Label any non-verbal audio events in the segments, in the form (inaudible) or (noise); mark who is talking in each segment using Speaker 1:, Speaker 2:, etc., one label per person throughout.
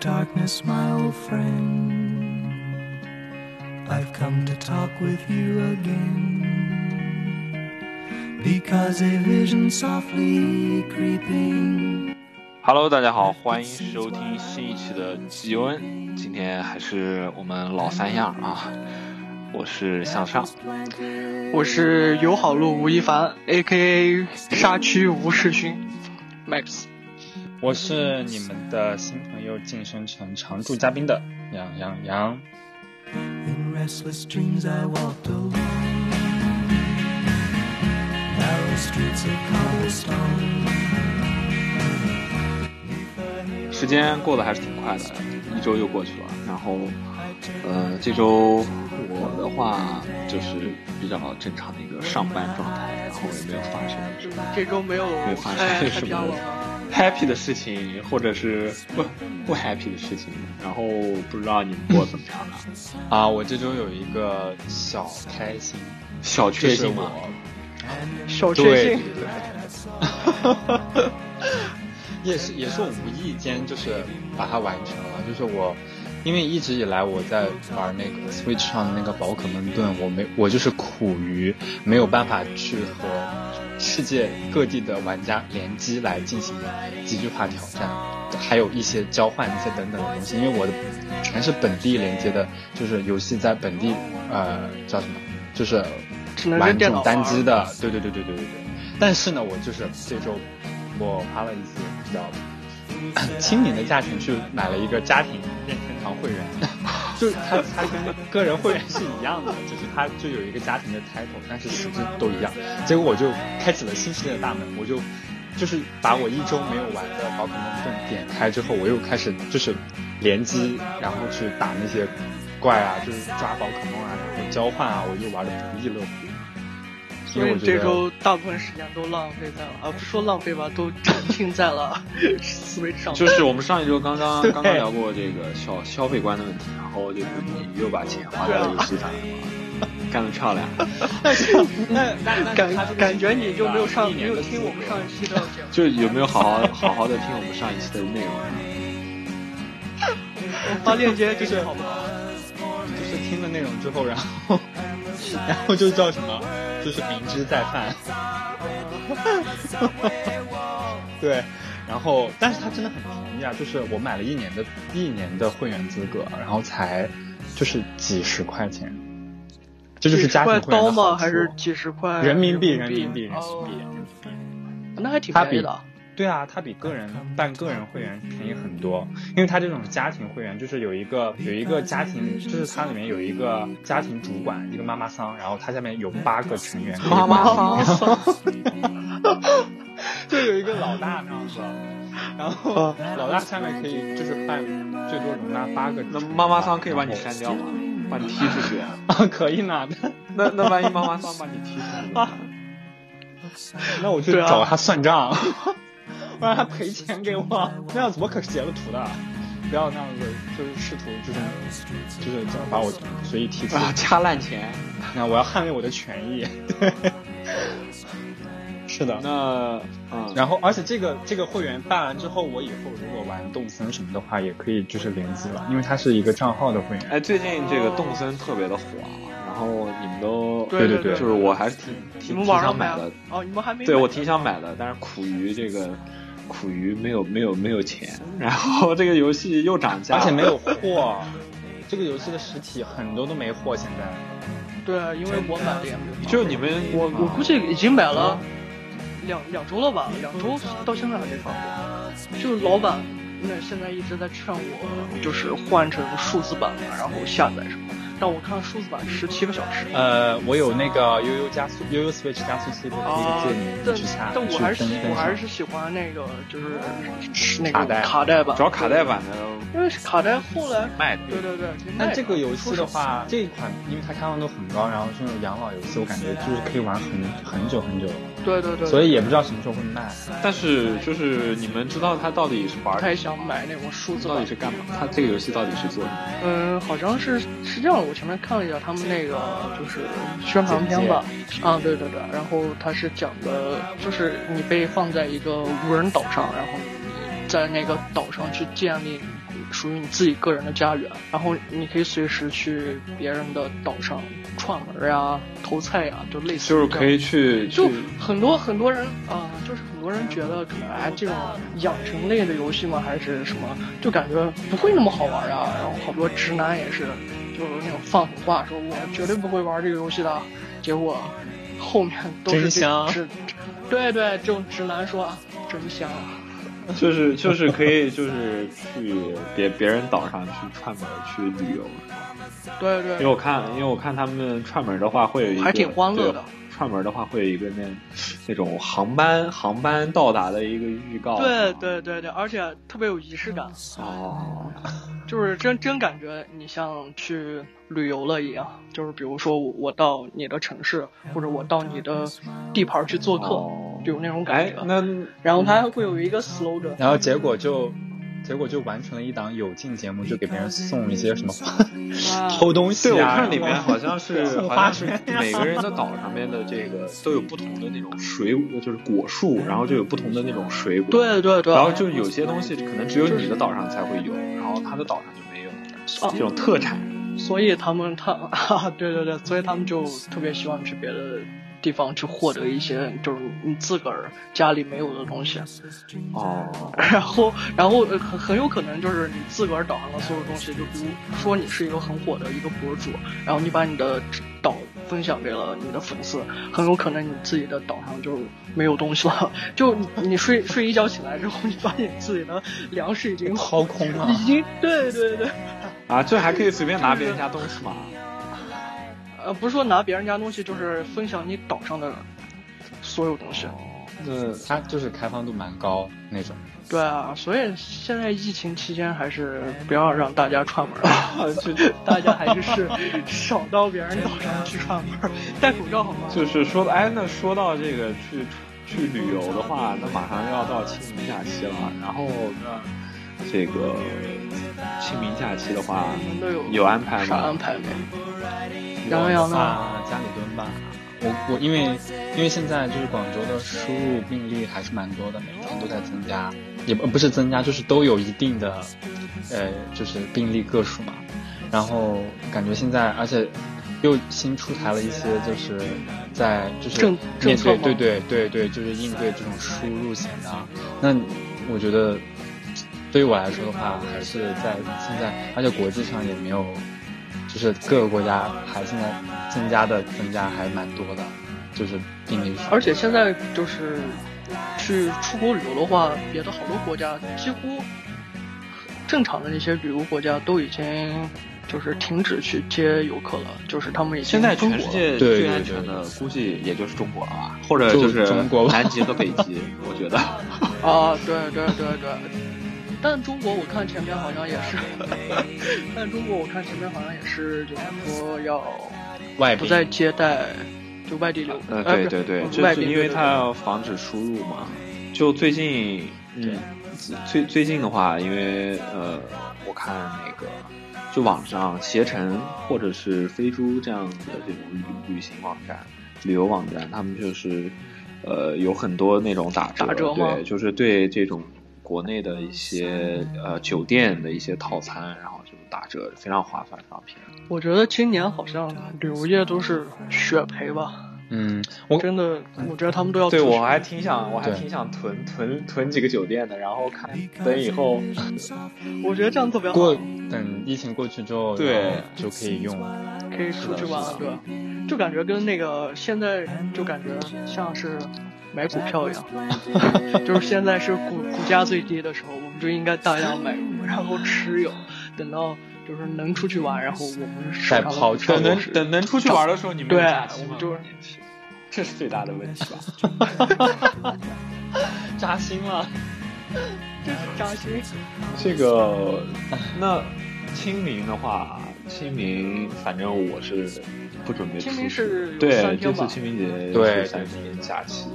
Speaker 1: darkness, my old friend. I've come to talk with you again. Because a vision softly creeping.
Speaker 2: Hello，大家好，欢迎收听新一期的吉恩。今天还是我们老三样啊，我是向上。
Speaker 3: 我是友好路吴亦凡，A.K.A 沙区吴世勋，Max。
Speaker 4: 我是你们的新朋友晋升成常驻嘉宾的杨杨杨。
Speaker 1: In restless dreams I walked alone. Narrow streets of cobblestone.
Speaker 2: 时间过得还是挺快的，一周又过去了。然后，
Speaker 3: (laughs)
Speaker 2: 呃，这周我的话就是比较正常的一个上班状态，然后也没有发生什么
Speaker 3: 这周没有
Speaker 2: 没有发生
Speaker 3: 太太
Speaker 2: 什
Speaker 3: 飘
Speaker 2: 么
Speaker 3: 了，
Speaker 2: happy 的事情，或者是不不 happy 的事情。然后不知道你们过得怎么样了？
Speaker 4: 啊，我这周有一个小开心，
Speaker 2: 小
Speaker 4: 就
Speaker 2: 确
Speaker 4: 是
Speaker 2: 幸吗？
Speaker 4: 我
Speaker 3: 小
Speaker 4: 对
Speaker 3: 确幸。
Speaker 4: 对，也是也是我无意间就是把它完成了，就是我。因为一直以来我在玩那个 Switch 上的那个宝可梦盾，我没我就是苦于没有办法去和世界各地的玩家联机来进行几句话挑战，还有一些交换那些等等的东西。因为我的嗯全是本地连接的，就是游戏在本地呃叫什么，就是
Speaker 3: 只能
Speaker 4: 玩
Speaker 3: 扔
Speaker 4: 这
Speaker 3: 电脑
Speaker 4: 种
Speaker 3: 玩
Speaker 4: 单机的，对对对对对对对。但是呢，我就是这周我花了一次比较呃亲民的价钱去买了一个家庭任天堂会员，就是它它跟个人会员是一样的，只是它就有一个家庭的 title，但是实质都一样。结果我就开启了新世界的大门，我就。就是把我一周没有玩的宝可梦盾点开之后，我又开始就是联机，然后去打那些怪啊，就是抓宝可梦啊，然后交换啊，我就玩的不亦乐乎。
Speaker 3: 所
Speaker 4: 因为
Speaker 3: 以
Speaker 4: 我觉
Speaker 3: 这
Speaker 4: 得
Speaker 3: 周大部分时间都浪费在了，啊，不说浪费吧，都停在了 (laughs) Switch 上。
Speaker 2: 就是我们上一周刚 (laughs) 刚
Speaker 4: 对
Speaker 2: 刚刚聊过这个消消费观的问题，然后就是你又把钱花在了游戏上面了，干得漂亮。
Speaker 4: 那那那
Speaker 3: 感
Speaker 4: 他就是
Speaker 3: 感觉你就没有上
Speaker 4: 一
Speaker 3: 没
Speaker 4: 年
Speaker 3: 有
Speaker 4: 的
Speaker 3: 听我们上一期的节目。
Speaker 2: 就有没有好好好好的听我们上一期的内容呢？
Speaker 3: 我发链接给你好不好？
Speaker 4: 就是听了内容之后，然后 (laughs) 然后就叫什么，就是明知在犯。 (laughs) 对，然后但是它真的很便宜啊，就是我买了一年的一年的会员资格，然后才就是几十块钱，这就是
Speaker 3: 几十
Speaker 4: 家庭
Speaker 3: 块
Speaker 4: 会员
Speaker 3: 刀
Speaker 4: 的好
Speaker 3: 吗？
Speaker 4: 处
Speaker 3: 还是几十块
Speaker 4: 人民币？
Speaker 3: 人
Speaker 4: 人民币，人民币
Speaker 3: 哦，那还挺便宜的。
Speaker 4: 对啊，它比个人办个人会员便宜很多，因为它这种是家庭会员，就是有一个有一个家庭，就是它里面有一个家庭主管，一个妈妈桑，然后它下面有八个成员，可以
Speaker 3: (laughs)
Speaker 2: 妈妈
Speaker 4: 管理
Speaker 2: 桑
Speaker 4: 然后就有一个老大那样子，然后
Speaker 2: 哦
Speaker 4: 老大下面可以就是办最多容纳八个成员，
Speaker 2: 那妈妈桑可以把你
Speaker 4: 然后
Speaker 2: 删掉吗？把你踢出去？
Speaker 4: 啊， (laughs) 可以呢，
Speaker 2: (laughs) 那那万一妈妈桑把你踢出去怎么 (laughs) 办？
Speaker 4: 那我去
Speaker 3: 对啊
Speaker 4: 找他算 (laughs) 账，我让他赔钱给我，那样子我可是截了图的，不要那样子，就是试图就是就是怎么把我随意踢出，
Speaker 2: 啊，掐烂钱。
Speaker 4: 那我要捍卫我的权益。对， (laughs) 是的。
Speaker 2: 那嗯，
Speaker 4: 然后，而且这个这个会员办完之后，我以后如果玩动森什么的话，也可以就是联机了，因为它是一个账号的会员。
Speaker 2: 哎，最近这个动森特别的火，啊然后你们都
Speaker 3: 对
Speaker 4: (laughs) 对对
Speaker 2: 就是我还是挺
Speaker 3: 你
Speaker 2: 挺
Speaker 3: 们
Speaker 2: 挺
Speaker 3: 网上
Speaker 2: 想买的，
Speaker 3: 哦，你们还没
Speaker 2: 对我
Speaker 3: 买
Speaker 2: 挺想买的，但是苦于这个苦于没有没有没有钱， (laughs) 然后这个游戏又涨价，
Speaker 3: 啊
Speaker 4: 而且没有货，这个游戏的实体很多都没货，现在
Speaker 3: 对，啊因为我买了呀。
Speaker 2: 就你们
Speaker 3: 我我估计已经买了两两周了吧，两周到现在还没发货。就是老板那现在一直在劝我，就是换成数字版嘛，然后下载什么。但我看数字版十七个小时。
Speaker 4: 呃，我有那个悠悠加速悠悠 Switch 加速器的，可
Speaker 3: 啊
Speaker 4: 以借你
Speaker 3: 但
Speaker 4: 去下，
Speaker 3: 但我还是
Speaker 4: 去
Speaker 3: 喜
Speaker 4: 登登
Speaker 3: 我还
Speaker 4: 上
Speaker 3: 是喜欢那个就是那
Speaker 4: 卡
Speaker 3: 个
Speaker 4: 带
Speaker 3: 卡带版，
Speaker 2: 主要卡带版的
Speaker 3: 因为卡带后来
Speaker 2: 卖的
Speaker 3: 对对对。
Speaker 4: 但这个游戏
Speaker 3: 出
Speaker 4: 的
Speaker 3: 手，
Speaker 4: 话，这一款因为它开放度很高，然后这种养老游戏，我感觉就是可以玩很很久很久，
Speaker 3: 对对对，
Speaker 4: 所以也不知道什么时候会卖。
Speaker 2: 但是就是你们知道它到底是玩
Speaker 3: 不太想买那种数字
Speaker 2: 到
Speaker 3: 版
Speaker 2: 底。是干嘛？它这个游戏到底是做什么？
Speaker 3: 嗯，好像是是这样的，我前面看了一下他们那个就是宣传片吧，
Speaker 2: 嗯
Speaker 3: 啊，对对对，然后它是讲的，就是你被放在一个无人岛上，然后在那个岛上去建立属于你自己个人的家园，然后你可以随时去别人的岛上串门呀、偷菜呀，就类似
Speaker 2: 就是
Speaker 3: 于这样
Speaker 2: 可以去
Speaker 3: 就
Speaker 2: 去
Speaker 3: 很多很多人啊、就是很多人觉得可能哎，这种养成类的游戏嘛，还是什么，就感觉不会那么好玩啊。然后好多直男也是，就是那种放狠话说，我绝对不会玩这个游戏的。结果后面都是
Speaker 4: 真香
Speaker 3: 这直，对对，这种直男说啊，真香啊。
Speaker 2: 就是就是可以就是去别别人岛上去串门儿去旅游，
Speaker 3: 对
Speaker 2: 因为
Speaker 3: 对，
Speaker 2: 我看因为我看他们串门儿的话会有一个
Speaker 3: 还挺欢乐的
Speaker 2: 对串门儿的话会有一个那那种航班航班到达的一个预告，
Speaker 3: 对对对对，而且特别有仪式感，
Speaker 2: 哦，
Speaker 3: 就是真真感觉你像去旅游了一样。就是比如说我我到你的城市，或者我到你的地盘儿去做客，
Speaker 2: 哦
Speaker 3: 有那种感
Speaker 2: 哎
Speaker 3: 觉。
Speaker 2: 那嗯
Speaker 3: 然后它还会有一个 slogan，
Speaker 4: 然后结果就，结果就完成了一档有劲节目， (laughs) 就给别人送一些什么花 (laughs) 偷东西
Speaker 2: 对，
Speaker 4: 啊。
Speaker 2: 我看里面好像
Speaker 3: (laughs)
Speaker 2: 是
Speaker 4: 送
Speaker 2: 好
Speaker 4: 花
Speaker 2: 像是
Speaker 4: 圈呀
Speaker 3: 啊
Speaker 2: 每个人的岛上面的这个都有不同的那种水果，就是果树，然后就有不同的那种水果。
Speaker 3: 对对对，
Speaker 2: 然后就有些东西可能只有你的岛上才会有，然后他的岛上就没有
Speaker 3: 哦
Speaker 2: 这种特产。
Speaker 3: 所以他们他啊，对对对，所以他们就特别希望去别的地方去获得一些就是你自个儿家里没有 (laughs) 的东西，
Speaker 2: 哦，
Speaker 3: 然后 (laughs) 然后呃很很有可能就是你自个儿岛上的所有东西，就比如说你是一个很火的一个博主，然后你把你的岛分享给了你的粉丝，很有可能你自己的岛上就没有东西了， (laughs) 就你你睡睡一觉起来之后，你发现你自己的粮食已经
Speaker 4: (laughs) 掏空 (laughs) 了
Speaker 3: (laughs) 已经对对对，
Speaker 2: 啊，这还可以随便拿别人家东西吗？
Speaker 3: 呃，不是说拿别人家东西，就是分享你岛上的所有东
Speaker 4: 哦
Speaker 3: 西。
Speaker 4: 那它就是开放度蛮高那种。
Speaker 3: 对啊，所以现在疫情期间还是
Speaker 4: 哎
Speaker 3: 不要让大家串门
Speaker 2: 啊
Speaker 3: 儿，就大家还是是少到别人岛上去串门儿，戴口罩好吗？
Speaker 2: 就是说，哎，那说到这个去去旅游的话，那马上要到清明假期了，然后那这个清明假期的话，
Speaker 3: 你们都有
Speaker 2: 有安排
Speaker 3: 啥
Speaker 2: 吗
Speaker 3: 安？排没？杨洋呢
Speaker 4: 啊，家里蹲吧。我我因为因为现在就是广州的输入病例还是蛮多的，每天都在增加，也不不是增加，就是都有一定的，呃，就是病例个数嘛。然后感觉现在，而且又新出台了一些，就是在就是
Speaker 3: 政政
Speaker 4: 面
Speaker 3: 策
Speaker 4: 对
Speaker 3: 吗
Speaker 4: 对对对对，就是应对这种输入型的啊。那我觉得对于我来说的话，还是在现在，而且国际上也没有，就是各个国家还现在增加的增加还蛮多的，就是病例数。
Speaker 3: 而且现在就是去出国旅游的话，别的好多国家几乎正常的那些旅游国家都已经就是停止去接游客了，就是他们已经
Speaker 2: 现在
Speaker 3: 封
Speaker 2: 全世
Speaker 3: 国了
Speaker 2: 界
Speaker 4: 中国对
Speaker 2: 最
Speaker 4: 对
Speaker 2: 安全的估计也就是中国了吧，或者
Speaker 4: 就是中国吧
Speaker 2: 南极和北极，我觉得。
Speaker 3: 啊，对对对对，但中国我看前面好像也是， (laughs) 但中国我看前面好像也是，就是说要
Speaker 4: 外
Speaker 3: 不
Speaker 4: 宾
Speaker 3: 再接待就外地流，
Speaker 2: 嗯呃，
Speaker 3: 哎
Speaker 2: 对
Speaker 3: 不
Speaker 2: 对
Speaker 3: 是
Speaker 2: 对，这
Speaker 3: 外
Speaker 2: 是
Speaker 3: 宾，
Speaker 2: 因为
Speaker 3: 对
Speaker 2: 它要防止输入嘛。就最近，嗯，最最近的话，因为呃，我看那个，就网上携程或者是飞猪这样的这种旅旅行网站、旅游网站，他们就是呃有很多那种打折，
Speaker 3: 打折吗
Speaker 2: 对，就是对这种国内的一些呃酒店的一些套餐，然后就打折，非常划算，非常便宜。
Speaker 3: 对我觉得今年好像旅游业都是血赔吧，
Speaker 4: 嗯，我
Speaker 3: 真的，我觉得他们都要
Speaker 2: 对，
Speaker 3: 自
Speaker 2: 我
Speaker 3: 杀
Speaker 2: 还挺想，我还
Speaker 4: 对
Speaker 2: 挺想囤囤囤几个酒店的，然后看等以后，
Speaker 3: 我觉得这样特别好，
Speaker 4: 过等疫情过去之后，
Speaker 2: 对
Speaker 4: 然后就可以用。
Speaker 3: 可以出去玩啊
Speaker 2: 是的，
Speaker 3: 对吧，就感觉跟那个现在就感觉像是。买股票一样， (laughs) 就是现在是股股价最低的时候，我们就应该大量买入，然后持有，等到就是能出去玩，然后我们手上的
Speaker 4: 再抛
Speaker 3: 股
Speaker 4: 出
Speaker 3: 票
Speaker 4: 等能
Speaker 3: 是
Speaker 2: 等能出去玩的时候，你们
Speaker 3: 对
Speaker 2: 有假期
Speaker 3: 我
Speaker 2: 吗
Speaker 3: 们就是
Speaker 2: 这是最大的问题吧？
Speaker 4: 扎心了。
Speaker 3: 这是扎心。
Speaker 2: 这个， (laughs) 那清明的话，清明反正我是不准备出去。
Speaker 3: 清明是有
Speaker 2: 对
Speaker 3: 三
Speaker 2: 这
Speaker 3: 天
Speaker 2: 次
Speaker 3: 吧
Speaker 2: 清明节
Speaker 4: 对
Speaker 2: 是三天假期，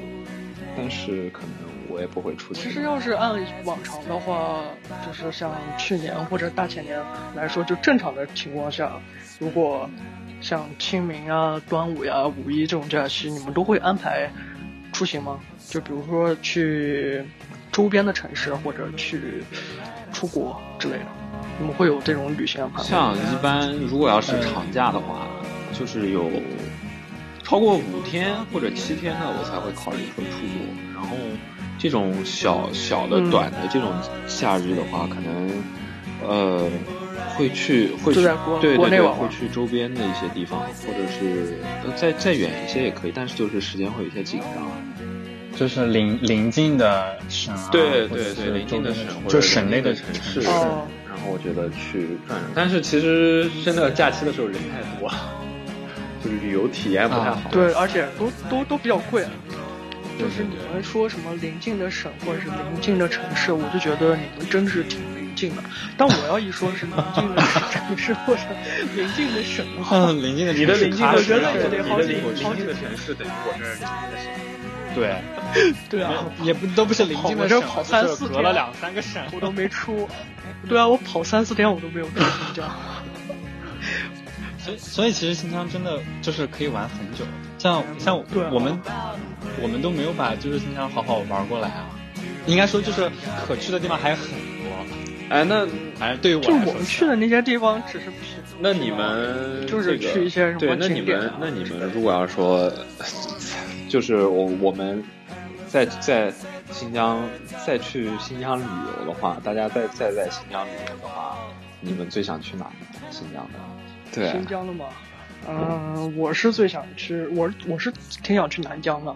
Speaker 2: 但是可能我也不会出去。
Speaker 3: 其实要是按往常的话，就是像去年或者大前年来说，就正常的情况下，如果像清明啊、端午呀、五一这种假期，你们都会安排出行吗？就比如说去周边的城市或者去出国之类的？你们会有这种旅行安排吗？
Speaker 2: 像一般如果要是长假的话，就是有超过五天或者七天的，我才会考虑说出国。然后这种小小的
Speaker 3: 嗯
Speaker 2: 短的这种假日的话，可能呃会去会
Speaker 3: 就
Speaker 2: 去
Speaker 3: 在国
Speaker 2: 对
Speaker 3: 国
Speaker 2: 对
Speaker 3: 内
Speaker 2: 对，
Speaker 3: 玩玩
Speaker 2: 会去周边的一些地方，或者是呃再再远一些也可以，但是就是时间会有些紧张。
Speaker 4: 就是邻邻近的省啊，
Speaker 2: 对
Speaker 4: 或者
Speaker 2: 对
Speaker 4: 是
Speaker 2: 对，邻
Speaker 4: 周
Speaker 2: 近
Speaker 4: 边
Speaker 2: 的
Speaker 4: 的
Speaker 2: 省或者
Speaker 4: 就是省内
Speaker 2: 的
Speaker 4: 的城
Speaker 2: 市，
Speaker 4: 市。
Speaker 3: 哦
Speaker 2: 然后我觉得去转转。但是其实真的假期的时候人太多了，就是旅游体验不太
Speaker 4: 啊
Speaker 2: 好。
Speaker 3: 对，而且都都都比较贵。啊
Speaker 4: 对
Speaker 3: 就是
Speaker 2: 嗯
Speaker 4: 对
Speaker 3: 你
Speaker 4: 对
Speaker 3: 们说什么邻近的省或者是邻近的城市，我就觉得你们真是挺邻近的。但我要一说是邻近
Speaker 2: (laughs)
Speaker 3: 的城市或者邻近的省的话，
Speaker 4: 嗯，邻近的
Speaker 2: 你的
Speaker 4: 城市
Speaker 2: 邻近
Speaker 4: 它
Speaker 2: 的
Speaker 3: 我觉
Speaker 2: 城
Speaker 3: 得
Speaker 2: 市，
Speaker 3: 也
Speaker 2: 你的
Speaker 3: 得好几
Speaker 2: 邻
Speaker 3: 好
Speaker 2: 邻
Speaker 3: 几
Speaker 2: 近的城市等于我这儿邻近的省。
Speaker 4: 对，
Speaker 3: 对啊，
Speaker 4: 也不都不是邻
Speaker 3: 跑
Speaker 4: 近
Speaker 3: 我
Speaker 4: 的
Speaker 3: 这
Speaker 4: 省，
Speaker 3: 跑三
Speaker 4: 就是
Speaker 3: 四
Speaker 4: 隔
Speaker 3: 天
Speaker 4: 了两三个省。
Speaker 3: 我都没出。对啊，我跑三四天我都没有
Speaker 2: (laughs)
Speaker 3: 出，这样。
Speaker 4: 所以，所以其实新疆真的就是可以玩很久，像像我
Speaker 3: 对啊
Speaker 4: 我们我们都没有把就是新疆好好玩过来啊。应该说就是可去的地方还很多，
Speaker 2: 哎，那
Speaker 4: 反正对于我
Speaker 3: 就是
Speaker 4: 来
Speaker 3: 我
Speaker 4: 说
Speaker 3: 们
Speaker 4: 是
Speaker 3: 去的那些地方只是品。
Speaker 2: 那你们
Speaker 3: 就是
Speaker 2: 这个
Speaker 3: 去一些什么
Speaker 2: 对，那你
Speaker 3: 景点
Speaker 2: 们
Speaker 3: 啊
Speaker 2: 那你们如果要说，就是我我们在在新疆再去新疆旅游的话，大家再再在新疆旅游的话，你们最想去哪里？新疆的，对
Speaker 3: 新，疆的吗？嗯、我是最想去，我是我是挺想去南疆的，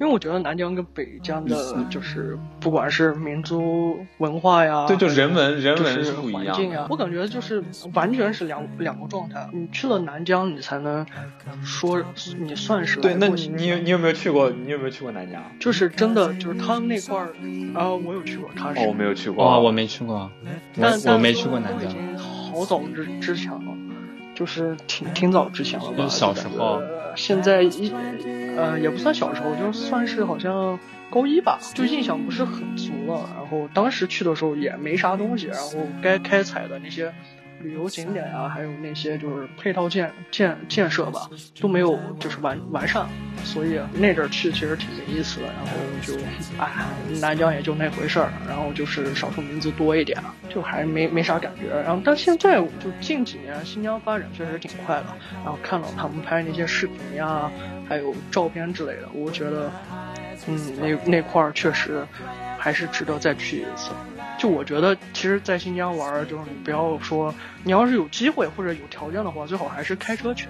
Speaker 3: 因为我觉得南疆跟北疆的，
Speaker 2: 嗯
Speaker 3: 就是不管是民族文化呀，
Speaker 2: 对，就人文人
Speaker 3: 就
Speaker 2: 文
Speaker 3: 是
Speaker 2: 是不一
Speaker 3: 环
Speaker 2: 样
Speaker 3: 境
Speaker 2: 的
Speaker 3: 啊，。我感觉就是完全是两两个状态。你去了南疆，你才能说你算是
Speaker 2: 对，
Speaker 3: 来
Speaker 2: 那
Speaker 3: 过
Speaker 2: 你
Speaker 3: 新
Speaker 2: 你有你有没有去过？你有没有去过南疆？
Speaker 3: 就是真的就是他们那块儿啊，我有去过喀什，
Speaker 2: 哦，我没有去过。
Speaker 4: 哇，我没去过，啊
Speaker 3: 但
Speaker 4: 我我没去过南
Speaker 3: 都已
Speaker 4: 疆，
Speaker 3: 经好早之之前了，就是挺挺早之前了吧？
Speaker 4: 就是小时候
Speaker 3: 就感觉现在一呃也不算小时候，就算是好像高一吧，就印象不是很足了。然后当时去的时候也没啥东西，然后该开采的那些。旅游景点啊，还有那些就是配套建建建设吧，都没有就是完完善，所以那阵儿去其实挺没意思的。然后就，哎，南疆也就那回事儿，然后就是少数民族多一点，就还没没啥感觉。然后但现在就近几年新疆发展确实挺快的，然后看到他们拍那些视频呀、还有照片之类的，我觉得，嗯，那那块儿确实还是值得再去一次。就我觉得，其实，在新疆玩儿，就是你不要说，你要是有机会或者有条件的话，最好还是开车去。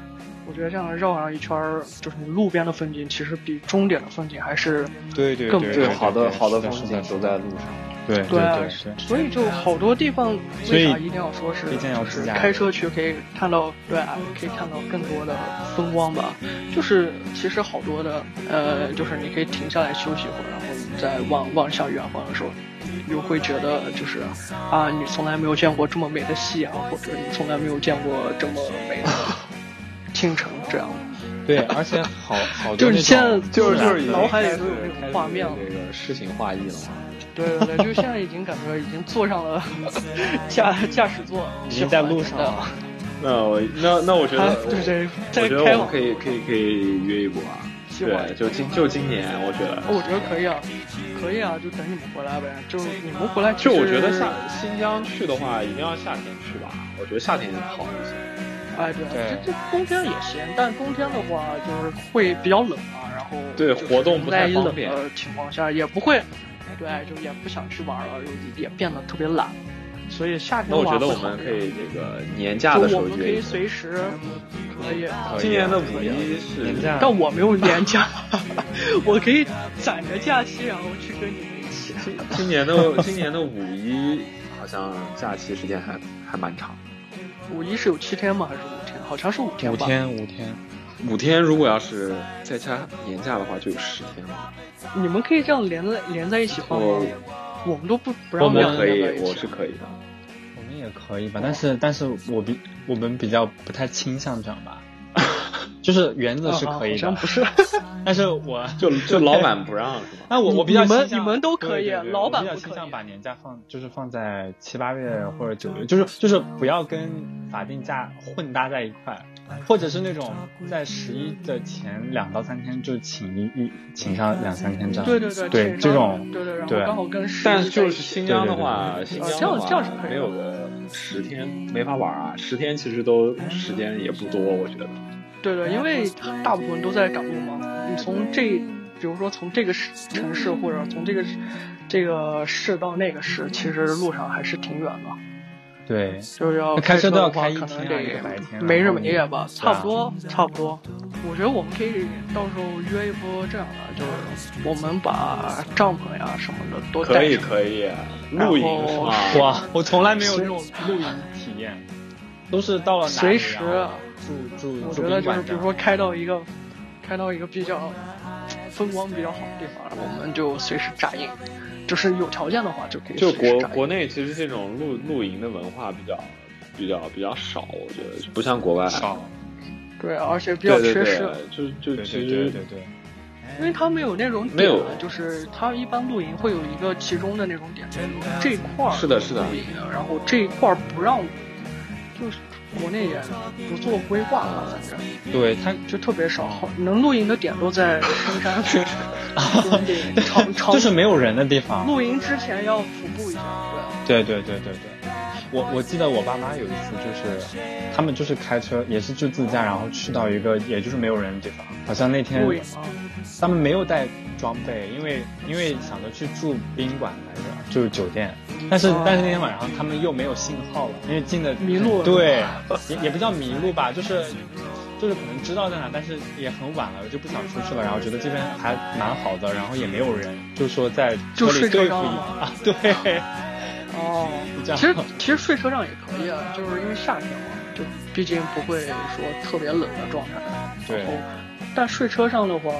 Speaker 3: 我觉得这样绕上一圈儿，就是你路边的风景，其实比终点的风景还是
Speaker 4: 对对
Speaker 3: 更
Speaker 2: 对，
Speaker 3: 对
Speaker 2: 好的好的
Speaker 4: 是
Speaker 2: 风
Speaker 4: 是
Speaker 2: 景
Speaker 4: 是
Speaker 2: 都在路上。
Speaker 4: 对对
Speaker 3: 对啊
Speaker 4: 对对，
Speaker 3: 所以就好多地方
Speaker 4: 所以
Speaker 3: 为啥一定要说是
Speaker 4: 推荐要
Speaker 3: 是
Speaker 4: 自驾
Speaker 3: 开车去可以看到对啊，可以看到更多的风光吧。就是其实好多的呃，就是你可以停下来休息一会儿，然后你再望望向远方的时候，你就会觉得就是啊，你从来没有见过这么美的夕阳，或者你从来没有见过这么美
Speaker 4: (laughs)
Speaker 3: 的清晨这样的。
Speaker 4: 对，而且好好多
Speaker 3: 就是
Speaker 4: 那
Speaker 3: 现在
Speaker 4: 种
Speaker 3: 就是
Speaker 4: 自然
Speaker 3: 就是已经脑海里都有那种画面了
Speaker 2: 这个诗情画意了嘛？
Speaker 3: 对对对，就现在已经感觉已经坐上了
Speaker 2: 嗯
Speaker 3: 驾驾驶座，
Speaker 4: 已经在路上
Speaker 3: 了。
Speaker 4: 了。
Speaker 2: 那我那那我觉
Speaker 3: 啊
Speaker 2: 得，，
Speaker 3: 对啊对，
Speaker 2: 我
Speaker 3: 在
Speaker 2: 觉得
Speaker 3: 开
Speaker 2: 我
Speaker 3: 往
Speaker 2: 们可以可以可以约一波啊。
Speaker 3: 计划
Speaker 2: 对，就今就今年，我觉得。
Speaker 3: 哦我觉得可以啊，可以啊，就等你们回来呗。就是你们回来其实，
Speaker 2: 就我觉得夏新疆去的话，一定要夏天去吧，我觉得夏天好一些。
Speaker 3: 哎对啊，
Speaker 4: 对
Speaker 3: 这这冬天也行，但冬天的话就是会比较冷嘛，然后
Speaker 2: 对
Speaker 3: 就是
Speaker 2: 活动不太
Speaker 3: 在
Speaker 2: 方便
Speaker 3: 冷的情况下也不会，对，就也不想去玩了，就也变得特别懒，所以夏天
Speaker 2: 那
Speaker 3: 的
Speaker 2: 我
Speaker 3: 话
Speaker 2: 觉得
Speaker 3: 会
Speaker 2: 我
Speaker 3: 好
Speaker 2: 们
Speaker 3: 一
Speaker 2: 可
Speaker 3: 点
Speaker 2: 以那个年假的时
Speaker 3: 就
Speaker 2: 候
Speaker 3: 我们可
Speaker 2: 约
Speaker 3: 以
Speaker 2: 一下。啊
Speaker 3: 随时可以。
Speaker 4: 可以
Speaker 2: 今年的五一是
Speaker 4: 年假
Speaker 3: 但我没有年假， (laughs) 我可以攒着假期，然后去跟你们一起。
Speaker 2: 今 (laughs) 今年的今年的五一好像假期时间还还蛮长，
Speaker 3: 五一是有七天吗？还是五天？好像是五天
Speaker 4: 五
Speaker 3: 吧。
Speaker 4: 天五天，
Speaker 2: 五天如果要是再加年假的话，就有十天了。
Speaker 3: 你们可以这样连在连在一起放吗
Speaker 2: 我？
Speaker 3: 我们都不不
Speaker 2: 我
Speaker 3: 让这
Speaker 2: 们
Speaker 3: 样
Speaker 2: 可
Speaker 3: 连在
Speaker 2: 以，
Speaker 3: 一
Speaker 2: 我
Speaker 3: 起
Speaker 2: 是。可以的。
Speaker 4: 我们也可以吧，但
Speaker 3: 哦
Speaker 4: 是但是我比我们比较不太倾向这样
Speaker 3: (laughs)
Speaker 4: 吧，就是原则是可以的，
Speaker 3: 啊好像
Speaker 2: (laughs)
Speaker 3: 不是。
Speaker 4: 但是我
Speaker 2: 就就老板不让是吗？
Speaker 4: 那我
Speaker 3: 你
Speaker 4: 我比较
Speaker 3: 你们
Speaker 4: 倾向
Speaker 3: 你们都可以啊
Speaker 4: 对对对
Speaker 3: 老板
Speaker 4: 我比
Speaker 3: 不
Speaker 4: 较
Speaker 3: 可以哦
Speaker 4: 倾向把年假放就是放在七八月或者九月，就是就是不要跟法定假混搭在一块。或者是那种在十一的前两到三天就请一一请上两三天这样。
Speaker 3: 对对对，
Speaker 4: 对
Speaker 3: 挺
Speaker 4: 这
Speaker 3: 让
Speaker 4: 种
Speaker 3: 人对对，然后
Speaker 4: 对
Speaker 3: 刚好跟十
Speaker 2: (laughs) 但
Speaker 3: 一
Speaker 2: 是
Speaker 3: 在
Speaker 2: 就
Speaker 3: 一
Speaker 2: 是
Speaker 3: 起
Speaker 2: 新疆的话，新疆的
Speaker 3: 哦这样这样是
Speaker 2: 话
Speaker 3: 可以的
Speaker 2: 没有个十天没法玩啊，十天其实都时间也不多，我觉得。
Speaker 3: 对对，因为大部分都在赶路嘛。你从这，比如说从这个市城市，或者从这个这个市到那个市，其实路上还是挺远的，
Speaker 4: 对，
Speaker 3: 就是要
Speaker 4: 那开车
Speaker 3: 车
Speaker 4: 都要
Speaker 3: 的话
Speaker 4: 开一
Speaker 3: 可
Speaker 4: 天啊
Speaker 3: 能
Speaker 4: 一个白天
Speaker 3: 得
Speaker 4: 啊
Speaker 3: 没日
Speaker 4: 然后
Speaker 3: 没
Speaker 4: 你
Speaker 3: 夜吧，
Speaker 4: 对
Speaker 3: 差
Speaker 4: 啊
Speaker 3: 不多差不多。我觉得我们可以到时候约一波这样的，就是我们把帐篷呀什么的都
Speaker 2: 可
Speaker 3: 带
Speaker 2: 以
Speaker 3: 上。
Speaker 2: 可以，啊
Speaker 3: 然
Speaker 2: 露营啊
Speaker 3: 后
Speaker 2: 是
Speaker 4: (laughs)
Speaker 2: 吧？
Speaker 4: 哇，我从来没有这种露营体验，都是到了哪里
Speaker 3: 随时
Speaker 4: 然后住住
Speaker 3: 我
Speaker 4: 住
Speaker 3: 觉得就是
Speaker 4: 宾馆
Speaker 3: 比
Speaker 4: 这
Speaker 3: 如
Speaker 4: 样
Speaker 3: 说开到一个开到一个比较风光比较好的地方，我们就随时扎营。就是有条件的话就可以
Speaker 2: 就
Speaker 3: 随时
Speaker 2: 国
Speaker 3: 扎营
Speaker 2: 国内其实这种露露营的文化比较比较比较少，我觉得不像国外。
Speaker 4: 少，
Speaker 3: 对，而且比较
Speaker 2: 对对
Speaker 3: 缺失，
Speaker 2: 对，就就
Speaker 4: 啊对对
Speaker 2: 其
Speaker 4: 对
Speaker 2: 实
Speaker 4: 对对，
Speaker 3: 因为它没有那种点
Speaker 2: 没有
Speaker 3: 就是它一般露营会有一个集中的那种点，这一块儿
Speaker 2: 是的是的
Speaker 3: 露营，然后这一块儿不让露营，就是国内也不做规划吧，反正
Speaker 4: 对他
Speaker 3: 就特别少，好能露营的点都在深山就是那种长长
Speaker 4: 就是没有人的地方。
Speaker 3: 露营之前要徒步一下，对，
Speaker 4: 对对对对对，我我记得我爸妈有一次就是，他们就是开车也是就自驾，然后去到一个也就是没有人的地方，好像那天
Speaker 3: 露
Speaker 4: (laughs)
Speaker 3: 营啊，
Speaker 4: 他们没有带装备，因为因为想着去住宾馆来着，就是酒店。但是、
Speaker 3: 哦
Speaker 4: 但是那天晚上他们又没有信号了，因为进的
Speaker 3: 迷路了
Speaker 4: (laughs) 对，也也不叫迷路吧，就是就是可能知道在哪，但是也很晚了，就不想出去了。然后觉得这边还蛮好的，然后也没有人，就说在车
Speaker 3: 就
Speaker 4: 里
Speaker 3: 睡
Speaker 4: 对
Speaker 3: 车
Speaker 4: 付
Speaker 3: 上
Speaker 4: 一
Speaker 3: 了
Speaker 4: 啊，对，
Speaker 3: 哦，
Speaker 4: 这样
Speaker 3: 其实其实睡车上也可以啊，就是因为夏天嘛，就毕竟不会说特别冷的状态。
Speaker 4: 对
Speaker 3: 然后，但睡车上的话